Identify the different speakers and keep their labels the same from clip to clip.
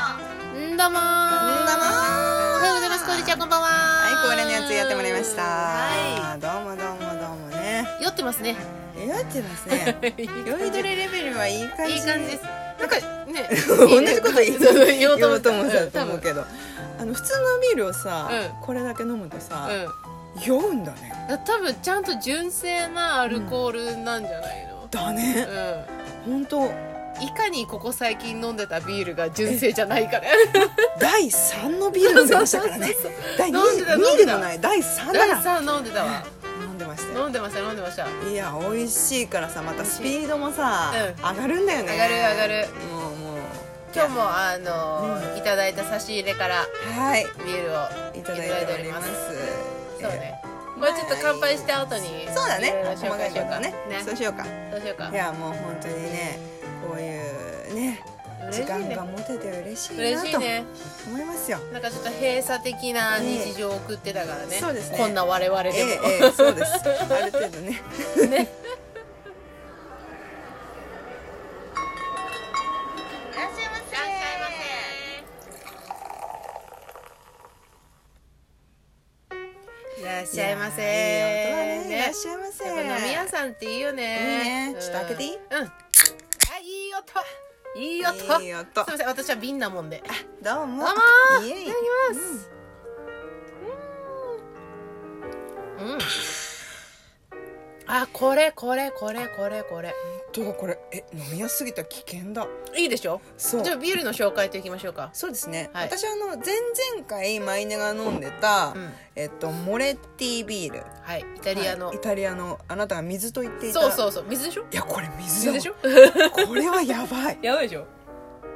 Speaker 1: どうもー
Speaker 2: どうも
Speaker 1: おはようございますこんにちはこんばんは
Speaker 2: はい、
Speaker 1: は
Speaker 2: コーラのやつやってもらいました。
Speaker 1: は
Speaker 2: どうもどうもどうもね。
Speaker 1: い酔っ てますね
Speaker 2: やってますね。酔いどれレベルはいい感じ。
Speaker 1: いい感じです。なんか ね
Speaker 2: 同じこと言いそう
Speaker 1: いいね
Speaker 2: 言
Speaker 1: 言
Speaker 2: おう
Speaker 1: お う
Speaker 2: と
Speaker 1: と
Speaker 2: 思
Speaker 1: 思
Speaker 2: っ
Speaker 1: ったた
Speaker 2: と思う けど、あの普通のビールをさ、
Speaker 1: う
Speaker 2: これだけ飲むとさ、
Speaker 1: うん
Speaker 2: 酔うんだね。
Speaker 1: だ多分ちゃんと純正なアルコールなんじゃないの
Speaker 2: だね。
Speaker 1: う
Speaker 2: 本当
Speaker 1: んいかにここ最近飲んでたビールが純正じゃ ないかね
Speaker 2: 第三のビール飲んでましたからね。第二
Speaker 1: 飲んでた飲んで
Speaker 2: 二
Speaker 1: た
Speaker 2: でもない第三
Speaker 1: 第
Speaker 2: だな。
Speaker 1: 3飲んでたわ
Speaker 2: 飲んでましたよ。
Speaker 1: 飲んでました飲んでました
Speaker 2: いや美味しいからさまたスピードもさ、
Speaker 1: う
Speaker 2: 上がるんだよね。
Speaker 1: 上がる上がる。
Speaker 2: もうもう
Speaker 1: 今日もあのーいただいた差し入れから
Speaker 2: はい
Speaker 1: ビールを
Speaker 2: いただいております。
Speaker 1: そうねもうちょっと乾杯した後に
Speaker 2: そうだね
Speaker 1: いろいろ。紹
Speaker 2: 細か
Speaker 1: 介
Speaker 2: い
Speaker 1: しよ
Speaker 2: こ
Speaker 1: う
Speaker 2: と
Speaker 1: か
Speaker 2: ねそうしようか。
Speaker 1: どうしようか
Speaker 2: いやもう本当にね、こういうね
Speaker 1: 嬉し
Speaker 2: 時
Speaker 1: いね
Speaker 2: 間が持てて嬉しいな
Speaker 1: 嬉しい
Speaker 2: と
Speaker 1: ね
Speaker 2: 思いますよ。
Speaker 1: なんかちょっと閉鎖的な日常を送ってたからね、
Speaker 2: ええそうですね
Speaker 1: こんな我々で
Speaker 2: え
Speaker 1: も、
Speaker 2: えええそうです。ある程度 ね。
Speaker 1: ねいらっしゃいませ
Speaker 2: いい音だねいらっ
Speaker 1: ね
Speaker 2: しゃいませ。
Speaker 1: やっぱ飲み屋さんっていいよね
Speaker 2: いいねちょっと開けていい
Speaker 1: うんあいい音いい音
Speaker 2: いい音
Speaker 1: すみません私は瓶なもんであ
Speaker 2: どうも。
Speaker 1: どうも
Speaker 2: イ
Speaker 1: ー
Speaker 2: エイ
Speaker 1: いただきますうん、うん、あこれこれこれこれこれ
Speaker 2: どうこれえ飲みやすぎたら危険だ。
Speaker 1: いいでしょ
Speaker 2: そう
Speaker 1: じゃあビールの紹介といきましょうか
Speaker 2: そうですね。
Speaker 1: はい
Speaker 2: 私あの前々回マイネが飲んでた、
Speaker 1: うん
Speaker 2: えっとモレッティビール。
Speaker 1: はいイタリアの、
Speaker 2: はいイタリアのあなたが水と言っていた
Speaker 1: そうそうそう水でしょ
Speaker 2: いやこれ水だ
Speaker 1: 水
Speaker 2: わ
Speaker 1: でしょ
Speaker 2: これはやばい
Speaker 1: やばいでしょ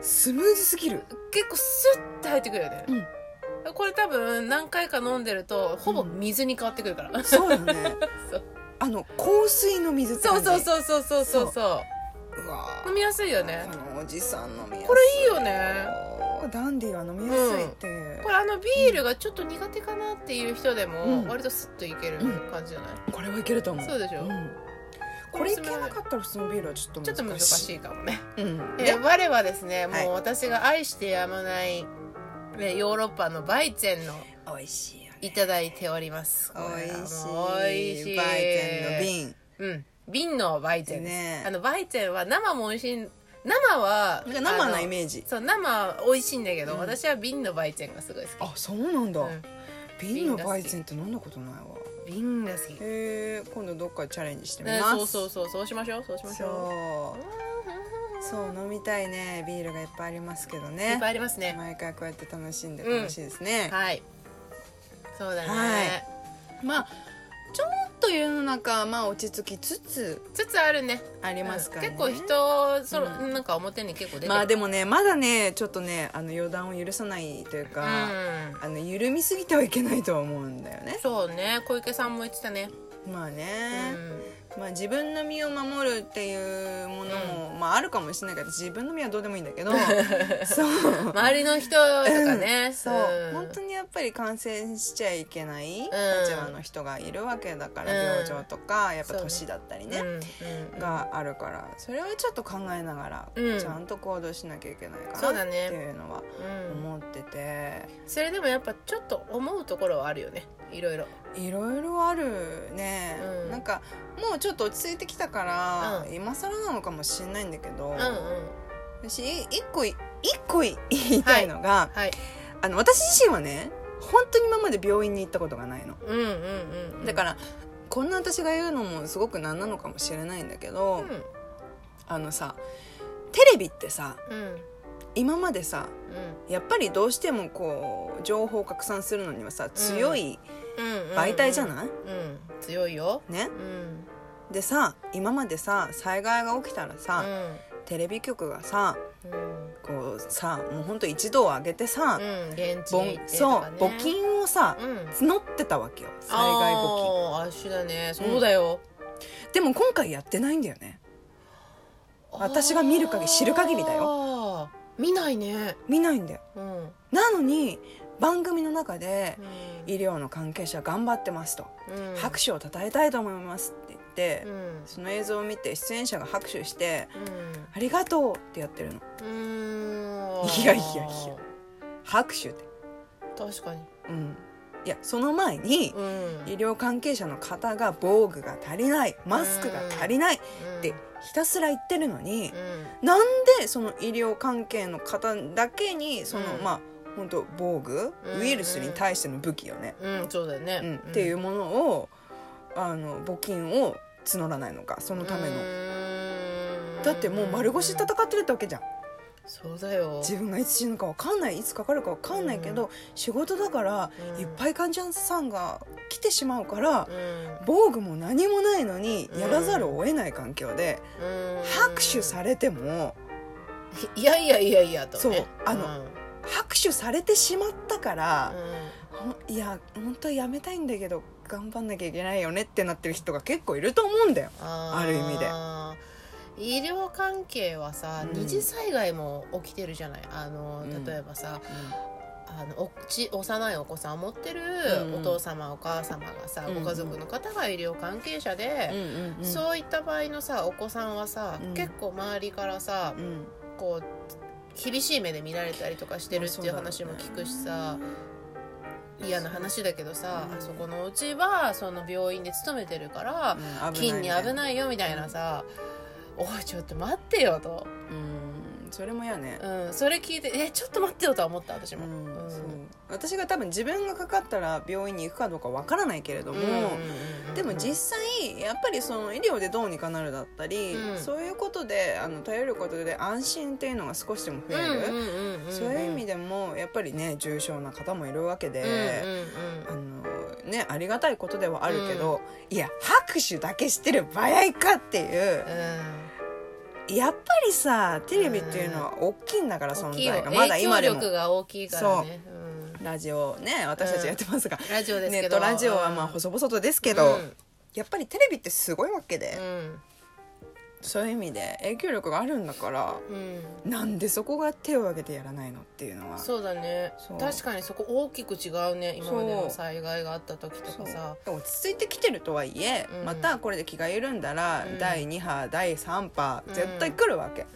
Speaker 2: スムーズすぎる
Speaker 1: 結構スッて入ってくるよね、これ多分何回か飲んでるとほぼ水に変わってくるから、
Speaker 2: そうだね
Speaker 1: そう
Speaker 2: あの香水の水って
Speaker 1: そ
Speaker 2: 感
Speaker 1: う
Speaker 2: じ
Speaker 1: そうそうそうそうそう
Speaker 2: うわ
Speaker 1: 飲みやすいよね
Speaker 2: ーこのおじさん飲みやすい
Speaker 1: これいいよね
Speaker 2: おーダンディは飲みやすいっていう、
Speaker 1: これあのビールがちょっと苦手かなっていう人で
Speaker 2: うん
Speaker 1: も割とスッといける感じじゃない、
Speaker 2: これはいけると思う
Speaker 1: そうでしょ
Speaker 2: んこ
Speaker 1: こ
Speaker 2: れ
Speaker 1: れ
Speaker 2: い
Speaker 1: い
Speaker 2: け
Speaker 1: け
Speaker 2: な
Speaker 1: な
Speaker 2: か
Speaker 1: か
Speaker 2: ったらそのビールはちょっと難し
Speaker 1: ち
Speaker 2: い
Speaker 1: ょっと難しいかもね
Speaker 2: うん
Speaker 1: えー我はですね、
Speaker 2: はい
Speaker 1: もう私が愛してやまない、ね、ヨーロッパのバイチェンの
Speaker 2: 美味しいよね
Speaker 1: いただいておりますこれ
Speaker 2: 美
Speaker 1: は
Speaker 2: 味しい
Speaker 1: もう美味しい
Speaker 2: バイゼンの瓶
Speaker 1: うん瓶のバイチェンです、
Speaker 2: ね
Speaker 1: あのバイチェンは生も美味しい生は
Speaker 2: なんか生なイ
Speaker 1: ージ
Speaker 2: メージ
Speaker 1: そう生は美味しいんだけど、私は瓶のバイチェンがすごい好
Speaker 2: あそうなんだ、
Speaker 1: き、うん、
Speaker 2: 瓶のバイゼンって飲んだことないわ
Speaker 1: 瓶が好き、
Speaker 2: へえ今度どっかチャレンジしてみ
Speaker 1: ね
Speaker 2: ます、
Speaker 1: そうそうそうそうしましょうそうしましょ
Speaker 2: そうそう飲みたいねビールがいっぱいありますけど
Speaker 1: ういっぱい
Speaker 2: ね
Speaker 1: ありますね
Speaker 2: 毎回こうやって楽しんで
Speaker 1: うん
Speaker 2: 楽しいですね、
Speaker 1: はいそうだね、
Speaker 2: はいまあちょっと世の中まあ落ち着きつつ
Speaker 1: つつあるね
Speaker 2: ありますからね、
Speaker 1: 結構人その、
Speaker 2: う
Speaker 1: なんか表に結構出て
Speaker 2: まあでもねまだねちょっとねあの予断を許さないという
Speaker 1: う
Speaker 2: か、
Speaker 1: ん
Speaker 2: あの緩みすぎてはいけないとは思うんだよね
Speaker 1: そうね小池さんも言ってたね、
Speaker 2: まあ
Speaker 1: う
Speaker 2: ね、
Speaker 1: ん、
Speaker 2: まあ、自分の身を守るっていうものも、まああるかもしれないけど自分の身はどうでもいいんだけ どそう
Speaker 1: 周りの人とか
Speaker 2: う
Speaker 1: ね
Speaker 2: んそう、
Speaker 1: ん
Speaker 2: 本当にやっぱり感染しちゃいけない立場の人がいるわけだから、
Speaker 1: うん
Speaker 2: 病状とかやっぱ
Speaker 1: そうね
Speaker 2: 年だったりね、
Speaker 1: うんうん
Speaker 2: があるからそれはちょっと考えながら、
Speaker 1: うん
Speaker 2: ちゃんと行動しなきゃいけない
Speaker 1: そ
Speaker 2: か
Speaker 1: う
Speaker 2: な
Speaker 1: だ
Speaker 2: って
Speaker 1: ね
Speaker 2: いうのは
Speaker 1: うん
Speaker 2: 思ってて、
Speaker 1: それでもやっぱちょっと思うところはあるよねいろいろ
Speaker 2: いろいろあるね、
Speaker 1: うん
Speaker 2: なんかもうちょっと落ち着いてきたから、
Speaker 1: うん
Speaker 2: 今更なのかもしれないんだけど、
Speaker 1: うんうん
Speaker 2: 私い一個い一個い言いたいのが、
Speaker 1: はい
Speaker 2: あの私自身はね本当に今まで病院に行ったことがないの。
Speaker 1: うんうんうん
Speaker 2: だからこんな私が言うのもすごくなんなのかもしれないんだけど、
Speaker 1: うん
Speaker 2: あのさテレビってさ
Speaker 1: うん
Speaker 2: 今までさ
Speaker 1: うん
Speaker 2: やっぱりどうしてもこう情報を拡散するのにはさ強い媒体じゃ
Speaker 1: い、
Speaker 2: ない、
Speaker 1: うん、強いよ、
Speaker 2: ね
Speaker 1: う、ん
Speaker 2: でさ今までさ災害が起きたら
Speaker 1: う
Speaker 2: さ、
Speaker 1: ん
Speaker 2: テレビ局がさ
Speaker 1: うん
Speaker 2: こうさもうほんと一度を上げてさ、
Speaker 1: うん、現地
Speaker 2: ぼん
Speaker 1: へ行ってと
Speaker 2: そう
Speaker 1: かね
Speaker 2: 募金をさ
Speaker 1: うん
Speaker 2: 募ってたわけよ災害募
Speaker 1: あーあ一緒だねそうだよ、
Speaker 2: 金でも今回やってないんだよね私が見る限り知る限りだよ
Speaker 1: よ見ないね
Speaker 2: 見ないんだよ
Speaker 1: うん、うん
Speaker 2: なのに番組の中で医療の関係者頑張ってますと、
Speaker 1: うん、
Speaker 2: 拍手を称えたいと思いますって言って、
Speaker 1: うん
Speaker 2: その映像を見て出演者が拍手して
Speaker 1: うん
Speaker 2: ありがとうってやってるの
Speaker 1: うーん
Speaker 2: いやいやいや拍手って、
Speaker 1: 確かに
Speaker 2: うん、いやその前に、
Speaker 1: うん
Speaker 2: 医療関係者の方が防具が足りないマスクが足りないってひたすら言ってるのに
Speaker 1: う、ん
Speaker 2: なんでその医療関係の方だけにその、
Speaker 1: うん
Speaker 2: まあ本当防具
Speaker 1: うん
Speaker 2: ウイルスに対しての武器よね、
Speaker 1: うん、そうだよね、
Speaker 2: うんっていううものをあの募金を募らないのかそのための、
Speaker 1: の
Speaker 2: だってもう丸腰戦ってるってわけじゃん
Speaker 1: そうだよ
Speaker 2: 自分がいつ死ぬかわかんないいつかかるかわかんないけど、仕事だから
Speaker 1: うん
Speaker 2: いっぱい患者さんが来てしまうから
Speaker 1: う、ん
Speaker 2: 防具も何もないのに
Speaker 1: うん
Speaker 2: やらざるを得ない環境で、
Speaker 1: うん
Speaker 2: 拍手されても
Speaker 1: いやいやいやいやと、ね、
Speaker 2: そうあの
Speaker 1: うん
Speaker 2: 拍手されてしまったから、
Speaker 1: う
Speaker 2: ほ
Speaker 1: ん
Speaker 2: んいや本当はやめたいんだけど頑張んなきゃいけないよねってなってる人が結構いると思うんだよ。
Speaker 1: あー
Speaker 2: ある意味で
Speaker 1: 医療関係はさ、
Speaker 2: うん
Speaker 1: 二次災害も起きてるじゃないあの
Speaker 2: うん
Speaker 1: 例えばさ、あのおち幼いお子さんを持ってる
Speaker 2: うん
Speaker 1: お父様お母様がさ、
Speaker 2: うん
Speaker 1: ご家族の方が医療関係者で、
Speaker 2: う、
Speaker 1: そういった場合のさお子さんはさ、
Speaker 2: うん
Speaker 1: 結構周りからさ
Speaker 2: うん、
Speaker 1: こう厳しい目で見られたりとかしてるっていう話も聞くしさ、嫌な話だけどさ、
Speaker 2: うん
Speaker 1: あそこのうちはその病院で勤めてるから、
Speaker 2: うん
Speaker 1: 金に危
Speaker 2: いね
Speaker 1: ないよみたいなさ、おいちょっと待ってよと、
Speaker 2: うんそれもやね、
Speaker 1: うん、それ聞いてえちょっと待ってよとは思った私
Speaker 2: う
Speaker 1: も。
Speaker 2: ん
Speaker 1: うん
Speaker 2: そう私が多分自分がかかったら病院に行くかどうかわからないけれども、
Speaker 1: うん
Speaker 2: でも実際やっぱりその医療でどうにかなるだったり、
Speaker 1: うん
Speaker 2: そういうことであの頼ることで安心っていうのが少しでも増える、そういう意味
Speaker 1: で、
Speaker 2: でもやっぱりね重症な方もいるわけで。
Speaker 1: うん
Speaker 2: あのね、ありがたいことではあるけど、いや拍手だけしてる場合かっていう
Speaker 1: うんうん
Speaker 2: やっぱりさテレビっていうのは大きいんだから、存
Speaker 1: 大きいよ
Speaker 2: 在がまだ今で
Speaker 1: 影響
Speaker 2: も
Speaker 1: 力が大きいからね、うん
Speaker 2: ラジオね私たちやってますが、
Speaker 1: ラジオです
Speaker 2: ネ
Speaker 1: け
Speaker 2: ッ
Speaker 1: ど
Speaker 2: トラジオはまあ
Speaker 1: うん
Speaker 2: 細々とですけど、
Speaker 1: うん
Speaker 2: やっぱりテレビってすごいわけで、
Speaker 1: うん
Speaker 2: そういう意味で影響力があるんだから
Speaker 1: うん
Speaker 2: なんでそこが手を挙げてやらないのっていうのは
Speaker 1: そうだね
Speaker 2: そう
Speaker 1: 確かにそこ大きく違うね今まで
Speaker 2: そ
Speaker 1: の
Speaker 2: う
Speaker 1: 災害があった時とかさ
Speaker 2: そう落ち着いてきてるとはいえ、
Speaker 1: うん
Speaker 2: またこれで気が緩んだら、
Speaker 1: うん
Speaker 2: 第2波第3波
Speaker 1: うん
Speaker 2: 絶対来るわけ、
Speaker 1: うん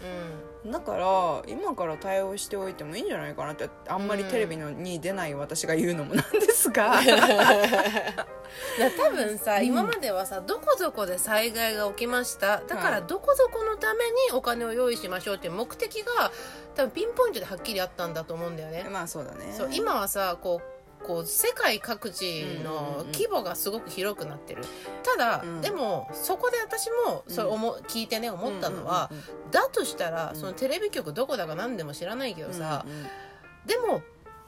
Speaker 2: だから今から対応しておいてもいいんじゃないかなってあんまりテレビのに出ない私が言うのもなんですが、
Speaker 1: だから多分さ、今まではさどこどこで災害が起きましただから
Speaker 2: はい
Speaker 1: どこどこのためにお金を用意しましょうっていう目的が多分ピンポイントではっきりあったんだと思うんだよね
Speaker 2: まあそうだね
Speaker 1: そう今はさこうこう世界各地
Speaker 2: うんうん
Speaker 1: の
Speaker 2: うん
Speaker 1: 規模がすごく広くなってるただ、
Speaker 2: うん
Speaker 1: でもそこで私もそれ思う、聞いてね思ったのは、
Speaker 2: うんうんうん
Speaker 1: だとしたら、
Speaker 2: うん
Speaker 1: そのテレビ局どこだか何でも知らないけどさ、
Speaker 2: う
Speaker 1: でも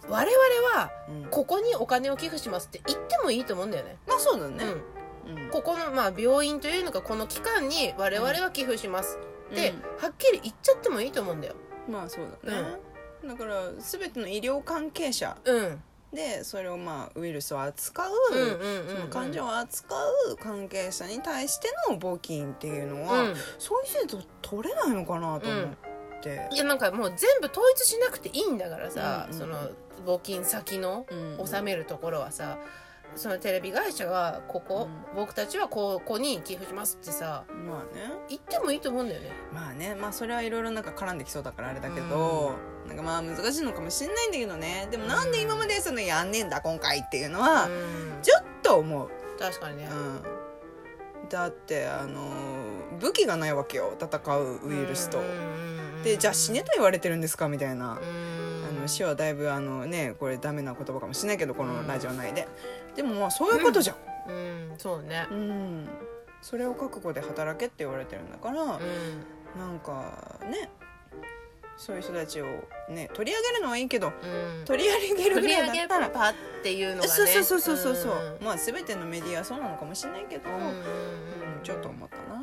Speaker 1: 我々は
Speaker 2: んうんうん
Speaker 1: ここにお金を寄付しますって言ってもいいと思うんだよね。
Speaker 2: まあそうだね、
Speaker 1: うん、ここの、まあ、病院というのかこの機関に我々は寄付しますって、はっきり言っちゃってもいいと思うんだよ。
Speaker 2: うんまあそうだね、だから全ての医療関係者
Speaker 1: うん、うん
Speaker 2: でそれをまあウイルスを扱う、
Speaker 1: うんうん
Speaker 2: その
Speaker 1: 感
Speaker 2: 患
Speaker 1: 情
Speaker 2: 者を扱う関係者に対しての募金っていうのは、
Speaker 1: は、うん
Speaker 2: そういう制度取れないのかなと思って、
Speaker 1: いやなんかもう全部統一しなくていいんだからさ、
Speaker 2: うんうん
Speaker 1: その募金先の
Speaker 2: うん
Speaker 1: 納めるところはさそのテレビ会社がここ、僕たちはここに寄付しますってさ
Speaker 2: まあね
Speaker 1: 言ってもいいと思うんだよね。
Speaker 2: まあねまあそれはいろいろなんか絡んできそうだからあれだけど、なんかまあ難しいのかもしれないんだけどねでもなんで今までそのやんねえんだ今回っていうのは、
Speaker 1: うん
Speaker 2: ちょっと思う、
Speaker 1: 確かにね。
Speaker 2: うん、だってあの武器がないわけよ戦うウイルスと。でじゃあ死ねと言われてるんですかみたいなあ
Speaker 1: あ。
Speaker 2: の死はだいぶあのねこれダメな言葉かもしれないけどこのラジオ内で、でもまあそういうことじゃん、
Speaker 1: うんそうね
Speaker 2: う。んそれを覚悟で働けって言われてるんだから、
Speaker 1: うん
Speaker 2: なんかねそういう人たちをね取り上げるのはいいけど
Speaker 1: うん
Speaker 2: 取り上げるぐ
Speaker 1: 取り
Speaker 2: ら
Speaker 1: 上
Speaker 2: いだ
Speaker 1: げ
Speaker 2: ったら、
Speaker 1: パパっていうのがね。
Speaker 2: そうそうそうそうそうそう
Speaker 1: うん
Speaker 2: まあ全てのメディアはそうなのかもしれないけど、
Speaker 1: うんうん
Speaker 2: うんちょっと思ったな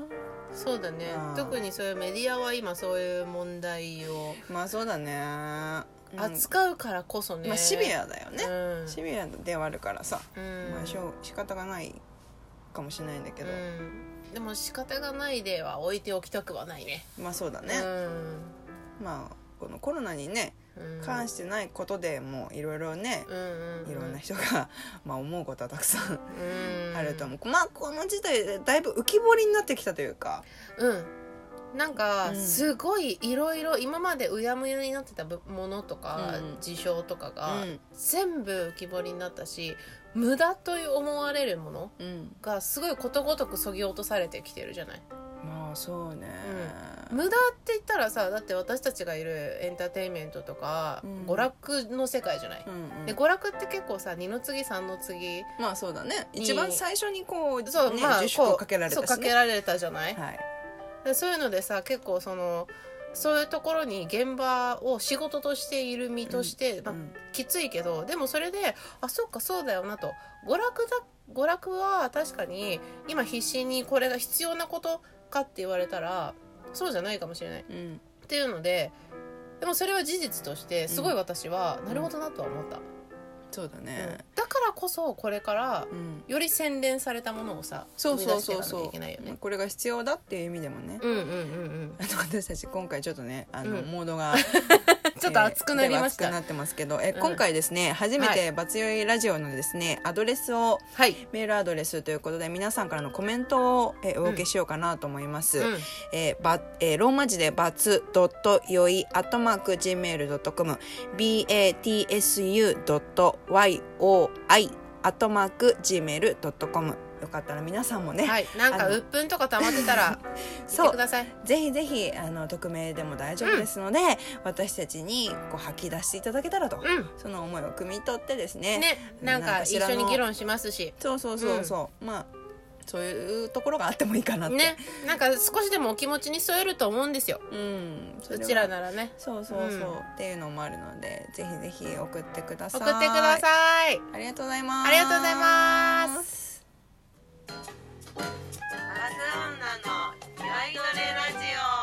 Speaker 1: そうだね
Speaker 2: うん
Speaker 1: 特にそういうメディアは今そういう問題を
Speaker 2: まあそうだね、うん
Speaker 1: 扱うからこそね、
Speaker 2: まあシビアだよね、
Speaker 1: うん
Speaker 2: シビアではあるからさ、
Speaker 1: うん
Speaker 2: まあしょう仕方がないかもしれないんだけど、
Speaker 1: うんでも仕方がないでは置いておきたくはないね
Speaker 2: まあそうだね、まあこのコロナにね
Speaker 1: うん
Speaker 2: 関してないことでもういろいろね
Speaker 1: う、んうん、
Speaker 2: いろんな人が、まあ、思うことはたくさん
Speaker 1: うん
Speaker 2: あると思う、まあこの時代でだいぶ浮き彫りになってきたというか
Speaker 1: うんなんか
Speaker 2: うん
Speaker 1: すごいいろいろ今までうやむやになってたぶものとか、
Speaker 2: うん
Speaker 1: 事象とかが
Speaker 2: うん
Speaker 1: 全部浮き彫りになったし無駄という思われるもの
Speaker 2: うん
Speaker 1: がすごいことごとくそぎ落とされてきてるじゃない
Speaker 2: まあそうね、
Speaker 1: 無駄って言ったらさだって私たちがいるエンターテインメントとか、
Speaker 2: うん
Speaker 1: 娯楽の世界じゃない、
Speaker 2: うんうん
Speaker 1: で娯楽って結構さ二の次三の次
Speaker 2: まあそうだね
Speaker 1: に
Speaker 2: 一番最初にこう
Speaker 1: そう、
Speaker 2: ね
Speaker 1: まあ
Speaker 2: 自粛をかけられたし、
Speaker 1: こ
Speaker 2: ね、
Speaker 1: うそうかけられたじゃない、
Speaker 2: はい
Speaker 1: でそういうのでさ結構そのそういうところに現場を仕事としている身として、まあ
Speaker 2: うん
Speaker 1: きついけどでもそれであそっかそうだよなと娯楽だ娯楽は確かに今必死にこれが必要なことかって言われたらそうじゃないかもしれない
Speaker 2: うん
Speaker 1: っていうのででもそれは事実としてすごい私は、なるほどなとは思った、
Speaker 2: そうだ
Speaker 1: うん
Speaker 2: ね、
Speaker 1: だからこそこれから
Speaker 2: うん
Speaker 1: より洗練されたものをさ
Speaker 2: そう
Speaker 1: 生み
Speaker 2: そ
Speaker 1: 出
Speaker 2: う
Speaker 1: してい
Speaker 2: そ
Speaker 1: か
Speaker 2: うそう
Speaker 1: なきゃいけないよね
Speaker 2: これが必要だっていう意味でもね、
Speaker 1: うんうんうん
Speaker 2: あの私たち今回ちょっとねあの、
Speaker 1: うん
Speaker 2: モードが
Speaker 1: うん ちょっと熱くなりました、
Speaker 2: えー熱くなってますけどえ、
Speaker 1: うん
Speaker 2: 今回ですね初め
Speaker 1: は
Speaker 2: て「バツ酔いラジオ」のですねアドレスを
Speaker 1: はい、
Speaker 2: メールアドレスということで皆さんからのコメントを、えーお受けしようかなと思います、えーばえーローマ字でバツドットよいアットマーク Gmail.com batsu.yoi アットマーク Gmail.com よかったら皆さんもね、
Speaker 1: はい、なんか
Speaker 2: あの
Speaker 1: 鬱憤とか溜まってたら言
Speaker 2: そ
Speaker 1: っ
Speaker 2: う
Speaker 1: てください
Speaker 2: ぜひぜひあの匿名でも大丈夫ですので、私たちにこう吐き出していただけたらと、
Speaker 1: うん
Speaker 2: その思いを汲み取ってですね
Speaker 1: ねなん
Speaker 2: なん
Speaker 1: か
Speaker 2: か
Speaker 1: 一
Speaker 2: 知らん
Speaker 1: 緒に議論しますし
Speaker 2: そうそうそうそう、まあそういうところがあってもいいかなって、
Speaker 1: ねなんか少しでもお気持ちに添えると思うんですよ
Speaker 2: うんそれ
Speaker 1: う
Speaker 2: は
Speaker 1: ちらならね
Speaker 2: そうそうそう、
Speaker 1: うん
Speaker 2: っていうのもあるのでぜひぜひ送ってくださ
Speaker 1: 送
Speaker 2: い
Speaker 1: ってください
Speaker 2: ありがとうございます
Speaker 1: ありがとうございます
Speaker 2: アラサー女の酔いどれラジオ